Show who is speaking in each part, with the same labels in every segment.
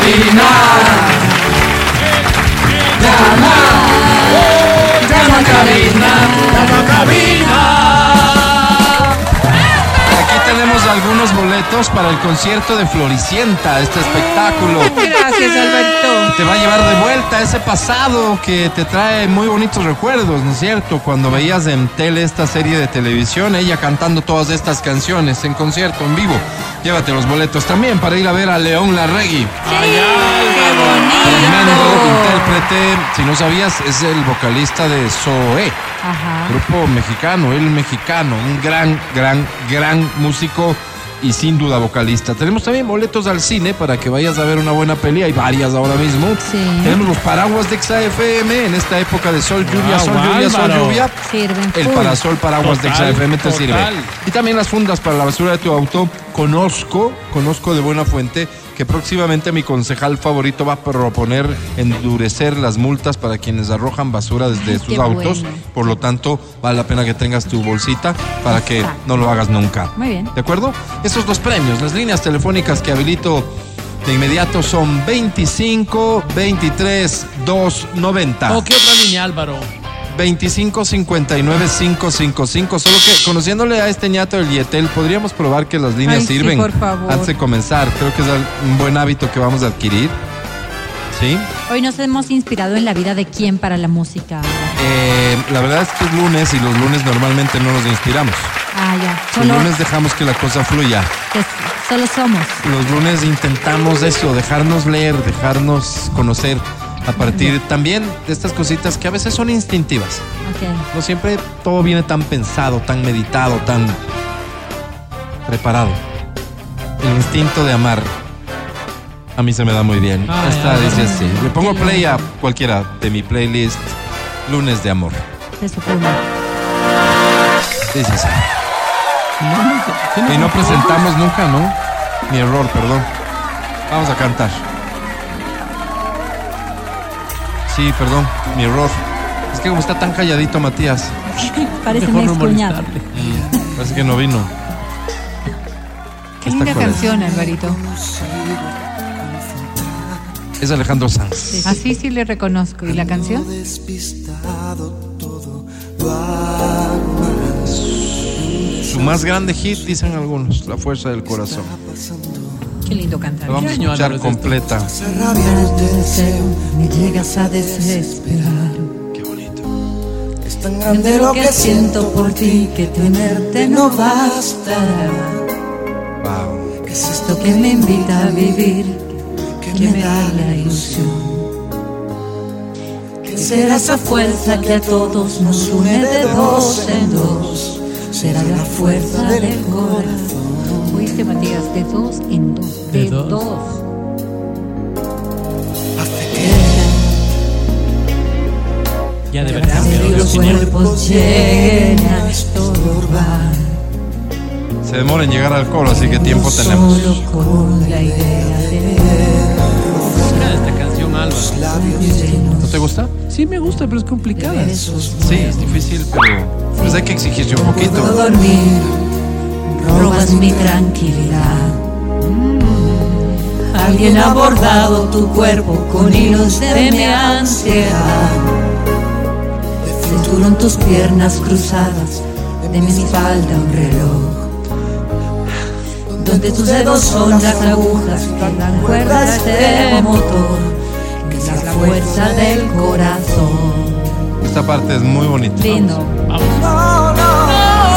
Speaker 1: caminar. Llama, llama a caminar, llama a caminar.
Speaker 2: Aquí tenemos algunos boletos para el concierto de Floricienta, este espectáculo.
Speaker 3: Gracias, Alberto.
Speaker 2: Te va a llevar de vuelta ese pasado que te trae muy bonitos recuerdos, ¿no es cierto? Cuando veías en tele esta serie de televisión, ella cantando todas estas canciones en concierto, en vivo. Llévate los boletos también para ir a ver a León Larregui.
Speaker 3: ¡Qué
Speaker 2: Tremendo
Speaker 3: bonito!
Speaker 2: intérprete, si no sabías, es el vocalista de Zoé,
Speaker 3: Ajá.
Speaker 2: grupo mexicano, el mexicano, un gran, gran, gran músico y sin duda vocalista. Tenemos también boletos al cine para que vayas a ver una buena peli, hay varias ahora mismo.
Speaker 3: Sí.
Speaker 2: Tenemos los paraguas de XAFM en esta época de sol, lluvia,
Speaker 4: Wow,
Speaker 2: sol, lluvia, sol,
Speaker 4: Álvaro.
Speaker 2: lluvia.
Speaker 3: Sirven.
Speaker 2: El
Speaker 3: full.
Speaker 2: parasol paraguas
Speaker 4: Total,
Speaker 2: de XFM te
Speaker 4: total.
Speaker 2: sirve. Y también las fundas para la basura de tu auto. Conozco, conozco de buena fuente que próximamente mi concejal favorito va a proponer endurecer las multas para quienes arrojan basura desde
Speaker 3: Ay,
Speaker 2: sus
Speaker 3: qué
Speaker 2: autos.
Speaker 3: bueno.
Speaker 2: Por lo tanto, vale la pena que tengas tu bolsita para que
Speaker 3: Exacto.
Speaker 2: no lo hagas nunca.
Speaker 3: Muy bien.
Speaker 2: ¿De acuerdo? Esos dos premios, las líneas telefónicas que habilito de inmediato son 25 23 290.
Speaker 4: ¿O qué otra línea, Álvaro?
Speaker 2: 25 59 555. Solo que conociéndole a este ñato del Yetel, podríamos probar que las líneas
Speaker 3: Ay, sí,
Speaker 2: sirven
Speaker 3: por favor.
Speaker 2: antes de comenzar. Creo que es al- un buen hábito que vamos a adquirir. ¿Sí?
Speaker 3: Hoy nos hemos inspirado en la vida de quién para la música.
Speaker 2: Eh, la verdad es que es lunes y los lunes normalmente no nos inspiramos.
Speaker 3: Ah, ya.
Speaker 2: Los
Speaker 3: Solo,
Speaker 2: lunes dejamos que la cosa fluya.
Speaker 3: que- solo somos.
Speaker 2: Los lunes intentamos eso, dejarnos leer, dejarnos conocer a partir también de estas cositas que a veces son instintivas.
Speaker 3: Ok.
Speaker 2: No siempre todo viene tan pensado, tan meditado, tan preparado. El instinto de amar. A mí se me da muy bien.
Speaker 4: Ay,
Speaker 2: Esta
Speaker 4: ay,
Speaker 2: dice así. Le pongo play a cualquiera de mi playlist Lunes de Amor.
Speaker 3: De su pluma.
Speaker 2: Dice así. Y no presentamos nunca, ¿no? Mi error, perdón. Vamos a cantar. Sí, perdón, mi error. Es que como está tan calladito Matías,
Speaker 3: Parece un
Speaker 4: Mejor no
Speaker 3: ex cuñado.
Speaker 4: molestarte.
Speaker 2: parece que no vino.
Speaker 3: Qué
Speaker 2: ¿Esta
Speaker 3: linda
Speaker 2: cuál es?
Speaker 5: canción, Alvarito.
Speaker 2: Es Alejandro Sanz.
Speaker 5: Así sí le reconozco. ¿Y la canción?
Speaker 2: Su más grande hit, dicen algunos, La Fuerza del Corazón.
Speaker 5: Qué lindo
Speaker 2: La
Speaker 5: cantar.
Speaker 2: vamos a
Speaker 4: año
Speaker 2: escuchar
Speaker 4: hablas de esto?
Speaker 2: completa.
Speaker 6: me llegas a desesperar.
Speaker 2: Qué bonito.
Speaker 6: Es tan grande lo que siento por ti que tenerte no bastará.
Speaker 2: Wow.
Speaker 6: Es esto que me invita a vivir, que me da la ilusión. Que será esa fuerza que a todos nos une de dos en dos. Será la fuerza del corazón.
Speaker 5: Fuiste, Matías, de dos en dos.
Speaker 4: De
Speaker 5: De,
Speaker 4: dos.
Speaker 5: dos.
Speaker 4: Ya debería cambiar
Speaker 6: Y
Speaker 4: de
Speaker 6: los
Speaker 4: opinión.
Speaker 6: cuerpos lleguen a estorbar.
Speaker 2: Se demora en llegar al coro, así que tiempo tenemos.
Speaker 6: Solo con la idea de
Speaker 4: Mira esta canción, Álvaro.
Speaker 2: ¿No te gusta?
Speaker 4: Sí me gusta, pero es complicada.
Speaker 6: besos
Speaker 2: Sí, es difícil, pero pues hay que exigirse un
Speaker 6: puedo
Speaker 2: poquito.
Speaker 6: dormir, robas mi tranquilidad. Mm. Alguien ha bordado tu cuerpo con hilos de mi ansiedad. Cinturón tus piernas cruzadas, de mi espalda un reloj. Donde tus dedos son las agujas que dan cuerda a este motor, que es la fuerza del corazón.
Speaker 2: Esta parte es muy bonita.
Speaker 3: Lindo.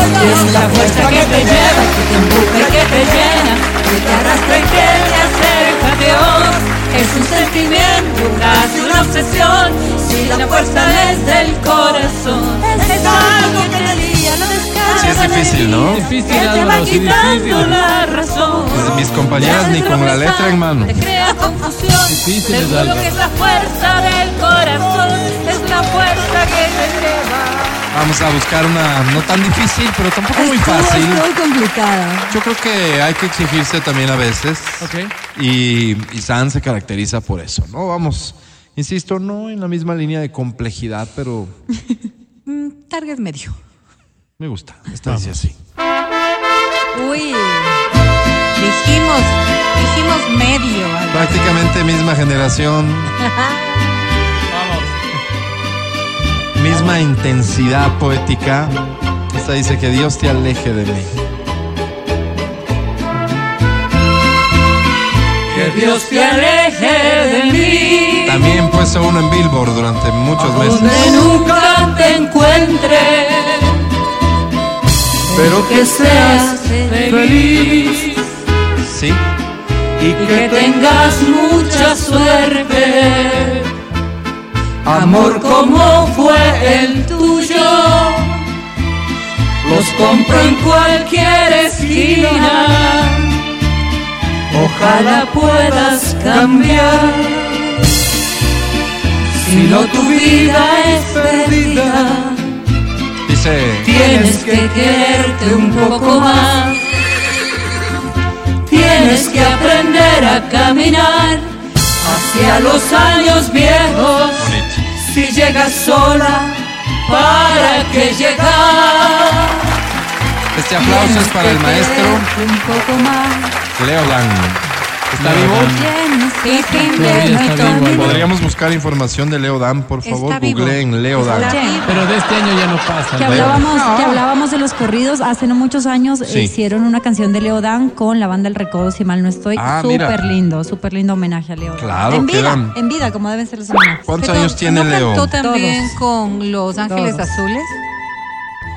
Speaker 6: Es la fuerza que te lleva, que te empuja, que te llena, que te arrastra y que te acerca a Dios. Es un sentimiento, casi una obsesión. Si la fuerza es del corazón, es algo que el día no
Speaker 2: Sí, es
Speaker 6: descansa.
Speaker 2: difícil, ¿no?
Speaker 4: Difícil,
Speaker 6: Que te va
Speaker 4: Álvaro, sí,
Speaker 6: quitando
Speaker 4: difícil.
Speaker 6: la razón.
Speaker 2: Pues mis compañeras ni con la letra en mano.
Speaker 6: Te crea confusión.
Speaker 4: Difícil es
Speaker 6: Seguro
Speaker 4: algo.
Speaker 6: que es la fuerza del corazón. Es la fuerza que te lleva.
Speaker 2: Vamos a buscar una no tan difícil, pero tampoco muy
Speaker 3: Estuvo-
Speaker 2: fácil.
Speaker 3: estuvo complicada.
Speaker 2: Yo creo que hay que exigirse también a veces.
Speaker 4: Ok.
Speaker 2: Y, y San se caracteriza por eso, ¿no? Vamos, insisto, no en la misma línea de complejidad, pero
Speaker 5: Mm, Target medio.
Speaker 2: me gusta. Esta dice así.
Speaker 3: Uy.
Speaker 5: Dijimos, dijimos medio. Álvaro.
Speaker 2: Prácticamente misma generación,
Speaker 4: Vamos.
Speaker 2: misma intensidad poética. Esta dice que Dios te aleje de mí.
Speaker 6: Que Dios te aleje de mí.
Speaker 2: También puesto uno en Billboard durante muchos
Speaker 6: Donde
Speaker 2: meses.
Speaker 6: nunca te encuentre.
Speaker 2: Pero
Speaker 6: Que seas feliz.
Speaker 2: sí. Y
Speaker 6: Y que tengas mucha suerte. Amor como fue el tuyo. Los compro en cualquier esquina. Ojalá puedas cambiar. Si no tu vida es perdida,
Speaker 2: Dice,
Speaker 6: tienes que quererte un poco más. Tienes que aprender a caminar hacia los años viejos.
Speaker 2: bonito.
Speaker 6: Si llegas sola, ¿para qué llegar?
Speaker 2: Este aplauso es para el maestro
Speaker 5: Un poco más.
Speaker 2: Leo Lang. ¿Está
Speaker 4: Leo
Speaker 2: vivo?
Speaker 4: Lang.
Speaker 5: Tienes que
Speaker 4: Todavía
Speaker 5: aprender
Speaker 4: está
Speaker 5: a
Speaker 4: vivo,
Speaker 5: caminar.
Speaker 2: Podríamos buscar información de Leo Dan, por favor,
Speaker 5: Está vivo.
Speaker 2: googleen Leo Dan.
Speaker 5: Está vivo.
Speaker 4: Pero de este año ya no pasa.
Speaker 3: Que
Speaker 4: ¿no?
Speaker 3: hablábamos, que hablábamos de los corridos, hace no muchos años
Speaker 2: Sí.
Speaker 3: hicieron una canción de Leodán con la banda El Recodo, si mal no estoy.
Speaker 2: Ah, mira.
Speaker 3: súper lindo, súper lindo homenaje a Leodán.
Speaker 2: Claro,
Speaker 3: en vida,
Speaker 2: quedan-
Speaker 3: en vida, como deben ser los homenajes.
Speaker 2: ¿Cuántos
Speaker 5: Perdón,
Speaker 2: años tiene
Speaker 5: ¿no
Speaker 2: Leo?
Speaker 5: cantó también
Speaker 3: Todos.
Speaker 5: con Los Ángeles
Speaker 3: Todos.
Speaker 5: Azules?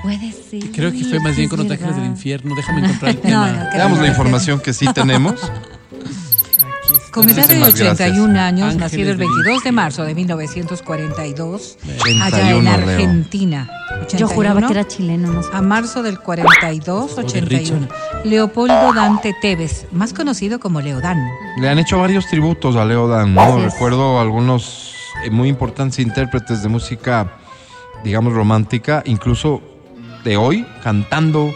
Speaker 3: Puede ser.
Speaker 4: Creo que fue más bien con los
Speaker 3: es
Speaker 4: ángeles del
Speaker 3: verdad.
Speaker 4: infierno. Déjame encontrar el
Speaker 3: No, no,
Speaker 4: tema.
Speaker 2: Le damos la
Speaker 3: Gracias.
Speaker 2: información que sí tenemos.
Speaker 5: Con edad de
Speaker 2: Muchísimas
Speaker 5: 81 años,
Speaker 4: Ángeles
Speaker 5: nacido el
Speaker 4: del
Speaker 5: 22 de marzo de 1942, allá
Speaker 2: 81,
Speaker 5: en
Speaker 2: Leo.
Speaker 5: Argentina.
Speaker 3: Yo
Speaker 5: 81,
Speaker 3: juraba que era chileno, no sé.
Speaker 5: A marzo del 42,
Speaker 4: de
Speaker 5: 81. Leopoldo Dante Tevez, más conocido como Leodán.
Speaker 2: Le han hecho varios tributos a Leo Dan, ¿no?
Speaker 3: Así es.
Speaker 2: Recuerdo algunos eh, muy importantes intérpretes de música, digamos, romántica, incluso de hoy, cantando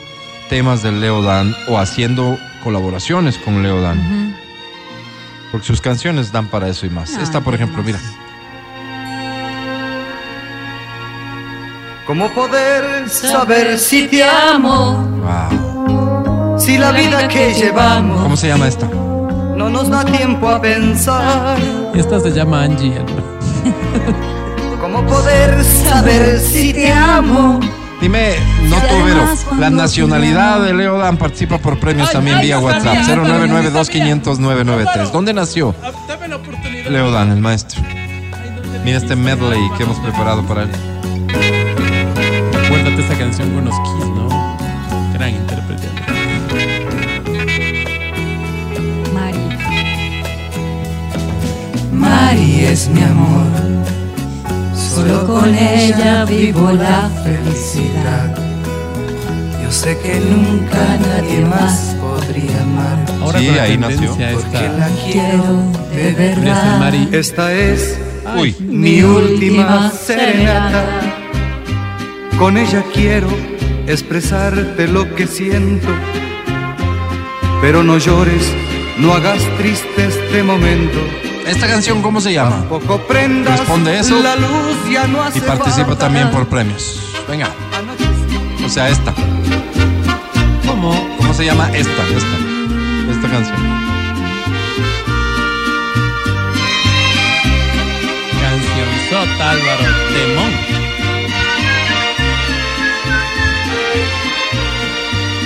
Speaker 2: temas de Leo Dan o haciendo colaboraciones con Leo Dan. Porque sus canciones dan para eso y más.
Speaker 3: Ah,
Speaker 2: Esta, por ejemplo, mira.
Speaker 1: ¿Cómo poder
Speaker 6: Saber si te amo,
Speaker 2: Wow.
Speaker 1: si la vida que llevamos
Speaker 2: ¿Cómo se llama esta?
Speaker 1: no nos da tiempo a pensar?
Speaker 4: Esta se llama Angie.
Speaker 1: ¿Cómo poder saber si te amo?
Speaker 2: Dime, no
Speaker 3: Sí,
Speaker 2: tuvero,
Speaker 3: además, cuando
Speaker 2: la
Speaker 3: se
Speaker 2: nacionalidad
Speaker 3: llama-
Speaker 2: de Leo Dan participa por premios
Speaker 4: Ay,
Speaker 2: también
Speaker 4: ay,
Speaker 2: vía
Speaker 4: yo
Speaker 2: WhatsApp.
Speaker 4: sabía, yo sabía, yo
Speaker 2: 0922500993.
Speaker 4: sabía.
Speaker 2: ¿Dónde nació
Speaker 4: Dame la oportunidad.
Speaker 2: Leo Dan, el maestro? Mira este medley que hemos preparado para él.
Speaker 4: Acuérdate esta canción con los Kiss, ¿no? Gran intérprete.
Speaker 3: Mari.
Speaker 6: Mari es mi amor. Solo con ella vivo la felicidad.
Speaker 1: Yo sé que nunca nadie más podría amar,
Speaker 4: Ahora
Speaker 2: Sí,
Speaker 4: con la
Speaker 2: ahí
Speaker 4: tendencia
Speaker 2: nació.
Speaker 1: porque
Speaker 4: Esta,
Speaker 1: la quiero de
Speaker 4: mira, este
Speaker 1: verdad.
Speaker 4: Mari.
Speaker 1: Esta es
Speaker 2: Uy,
Speaker 1: mi última serenata. Con ella quiero expresarte lo que siento. Pero no llores, no hagas triste este momento.
Speaker 2: ¿esta canción cómo se llama?
Speaker 1: Poco prendas.
Speaker 2: Responde eso.
Speaker 1: La luz ya no hace
Speaker 2: Y participa
Speaker 1: falta.
Speaker 2: también por premios. Venga, o sea, esta.
Speaker 4: ¿Cómo?
Speaker 2: ¿Cómo se llama esta? Esta, esta canción.
Speaker 4: Canción Sot Álvaro Temón.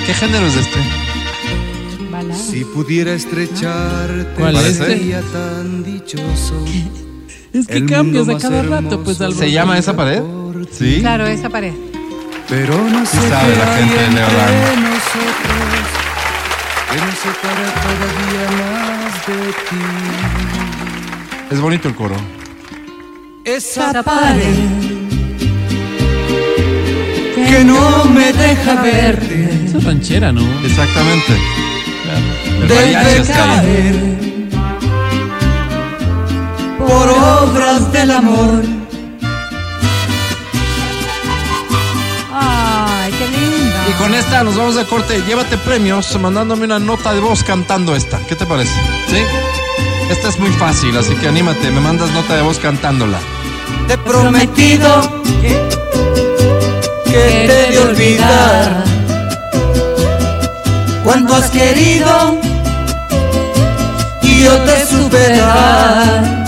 Speaker 2: ¿Qué género es este?
Speaker 3: Balada.
Speaker 1: Si pudiera estrecharte,
Speaker 4: ¿Cuál
Speaker 2: es? este?
Speaker 1: sería tan dichoso.
Speaker 4: Es que
Speaker 1: El
Speaker 4: cambias
Speaker 1: mundo
Speaker 4: a
Speaker 1: más
Speaker 4: cada
Speaker 1: hermoso.
Speaker 4: rato, pues Álvaro.
Speaker 2: ¿Se llama esa pared? Sí.
Speaker 5: Claro, esa pared.
Speaker 1: Pero no sé
Speaker 2: sabe
Speaker 1: qué
Speaker 2: la
Speaker 1: hay
Speaker 2: gente de
Speaker 1: entre
Speaker 2: Leodán.
Speaker 1: nosotros que nos separa todavía más de ti.
Speaker 2: Es bonito el coro.
Speaker 1: Esa pared que no me deja verte,
Speaker 4: Esa es ranchera, ¿no?
Speaker 2: Exactamente. El mariachi
Speaker 1: debe
Speaker 2: está ahí.
Speaker 1: caer por obras del amor.
Speaker 3: Ay, qué
Speaker 2: Y
Speaker 3: lindo.
Speaker 2: con esta nos vamos de corte. Llévate premios mandándome una nota de voz cantando esta. ¿Qué te parece? ¿Sí? Esta es muy fácil, así que anímate. Me mandas nota de voz cantándola.
Speaker 1: Te he prometido que te he de olvidar. Cuánto has querido y yo
Speaker 6: herido de su verdad,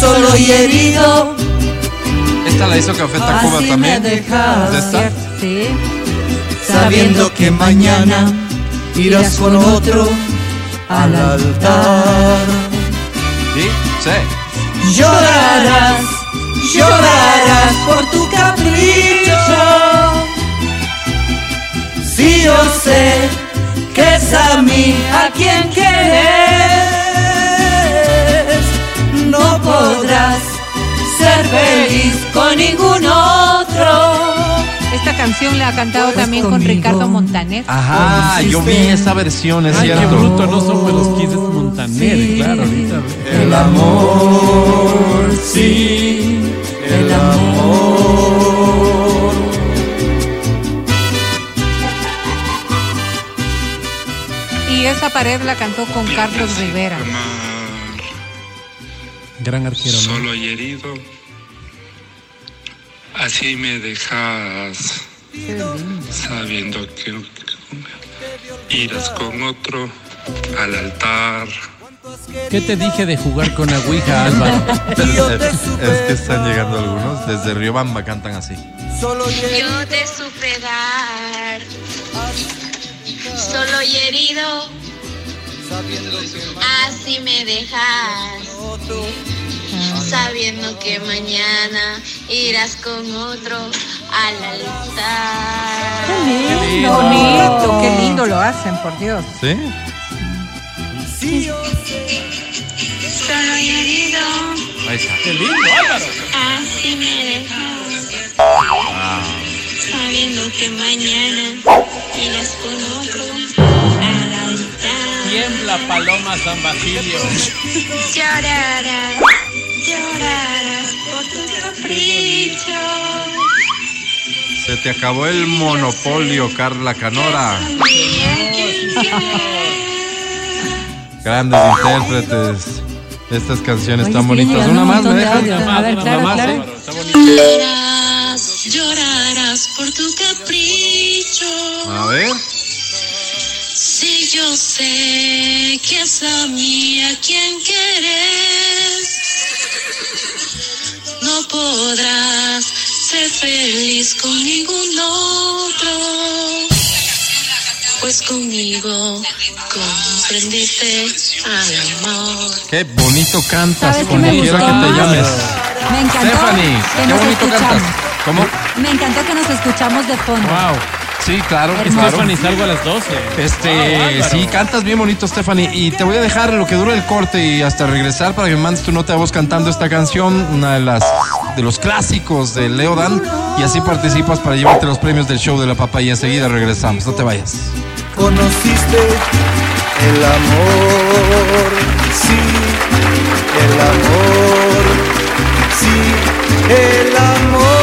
Speaker 6: solo y herido,
Speaker 2: Esta la hizo
Speaker 3: Ah,
Speaker 2: Café Tacuba
Speaker 6: Así me
Speaker 2: también.
Speaker 6: dejas.
Speaker 2: ¿Ya
Speaker 1: Ah.
Speaker 2: está?
Speaker 3: Sí.
Speaker 6: sabiendo que mañana irás con otro al altar.
Speaker 2: Sí, sí.
Speaker 6: Llorarás, llorarás por tu capricho. Si yo sé que es a mí a quien quieres, no podrás ser feliz con ningún otro.
Speaker 5: Esta canción la ha cantado
Speaker 6: Pues
Speaker 5: también con
Speaker 6: conmigo.
Speaker 5: Ricardo Montaner.
Speaker 2: Ajá, yo vi esa versión, es
Speaker 4: Ay, qué
Speaker 2: cierto.
Speaker 4: bruto, no son los 15 Montaner, claro, ahorita.
Speaker 6: El amor, sí, el amor.
Speaker 5: Y esa pared la cantó con Carlos Rivera.
Speaker 4: Gran arquero, ¿no?
Speaker 7: Solo y herido, así me dejas sabiendo que irás con otro al altar.
Speaker 4: ¿Qué te dije de jugar con la Ouija, Álvaro?
Speaker 2: Es que están llegando algunos. Desde Riobamba cantan así.
Speaker 6: Solo y
Speaker 8: Yo de superar, solo y herido, así me dejas,
Speaker 6: otro.
Speaker 8: sabiendo que mañana irás con otro al altar.
Speaker 5: Bonito, qué lindo lo hacen, por Dios.
Speaker 2: ¿Sí?
Speaker 8: Solo y herido,
Speaker 2: Ahí está.
Speaker 8: así me dejas, sabiendo que mañana irás con otro al altar.
Speaker 4: Tiembla Paloma San Basilio.
Speaker 8: Llorarás, llorarás por tus caprichos.
Speaker 2: Se te acabó el monopolio, Carla Canora. Grandes intérpretes. Estas canciones
Speaker 3: Oye,
Speaker 2: tan
Speaker 3: sí,
Speaker 2: bonitas.
Speaker 3: llegaron
Speaker 2: Una
Speaker 3: un
Speaker 2: más, ¿me
Speaker 3: montón de
Speaker 2: dejan?
Speaker 3: audios.
Speaker 4: Una más,
Speaker 3: A ver,
Speaker 4: una
Speaker 3: claro,
Speaker 4: más,
Speaker 3: claro.
Speaker 4: Álvaro, está bonito.
Speaker 8: Llorarás, llorarás por tu capricho.
Speaker 2: A ver.
Speaker 8: Si yo sé que es a mí a quien quieres, no podrás ser feliz con ningún otro. Pues conmigo comprendiste al amor.
Speaker 2: Qué bonito cantas,
Speaker 3: ¿Sabes qué
Speaker 2: como
Speaker 3: me
Speaker 2: quiera que
Speaker 3: gustó?
Speaker 2: te llames.
Speaker 3: Me encantó
Speaker 2: Stephanie,
Speaker 3: que
Speaker 2: qué
Speaker 3: nos
Speaker 2: bonito cantas.
Speaker 3: escuchamos.
Speaker 2: ¿Cómo? Oh,
Speaker 3: Me encantó que nos escuchamos de fondo.
Speaker 4: Wow.
Speaker 2: Sí, claro, claro.
Speaker 4: Stephanie, salgo a las 12.
Speaker 2: Este,
Speaker 4: Wow, Ah, Álvaro.
Speaker 2: sí, cantas bien bonito, Stephanie. Y te voy a dejar lo que dura el corte y hasta regresar para que me mandes tu nota de voz cantando esta canción, una de las de los clásicos de Leo Dan. Y así participas para llevarte los premios del show de la papa y enseguida regresamos. No te vayas.
Speaker 1: Conociste el amor, sí, el amor, sí, el amor.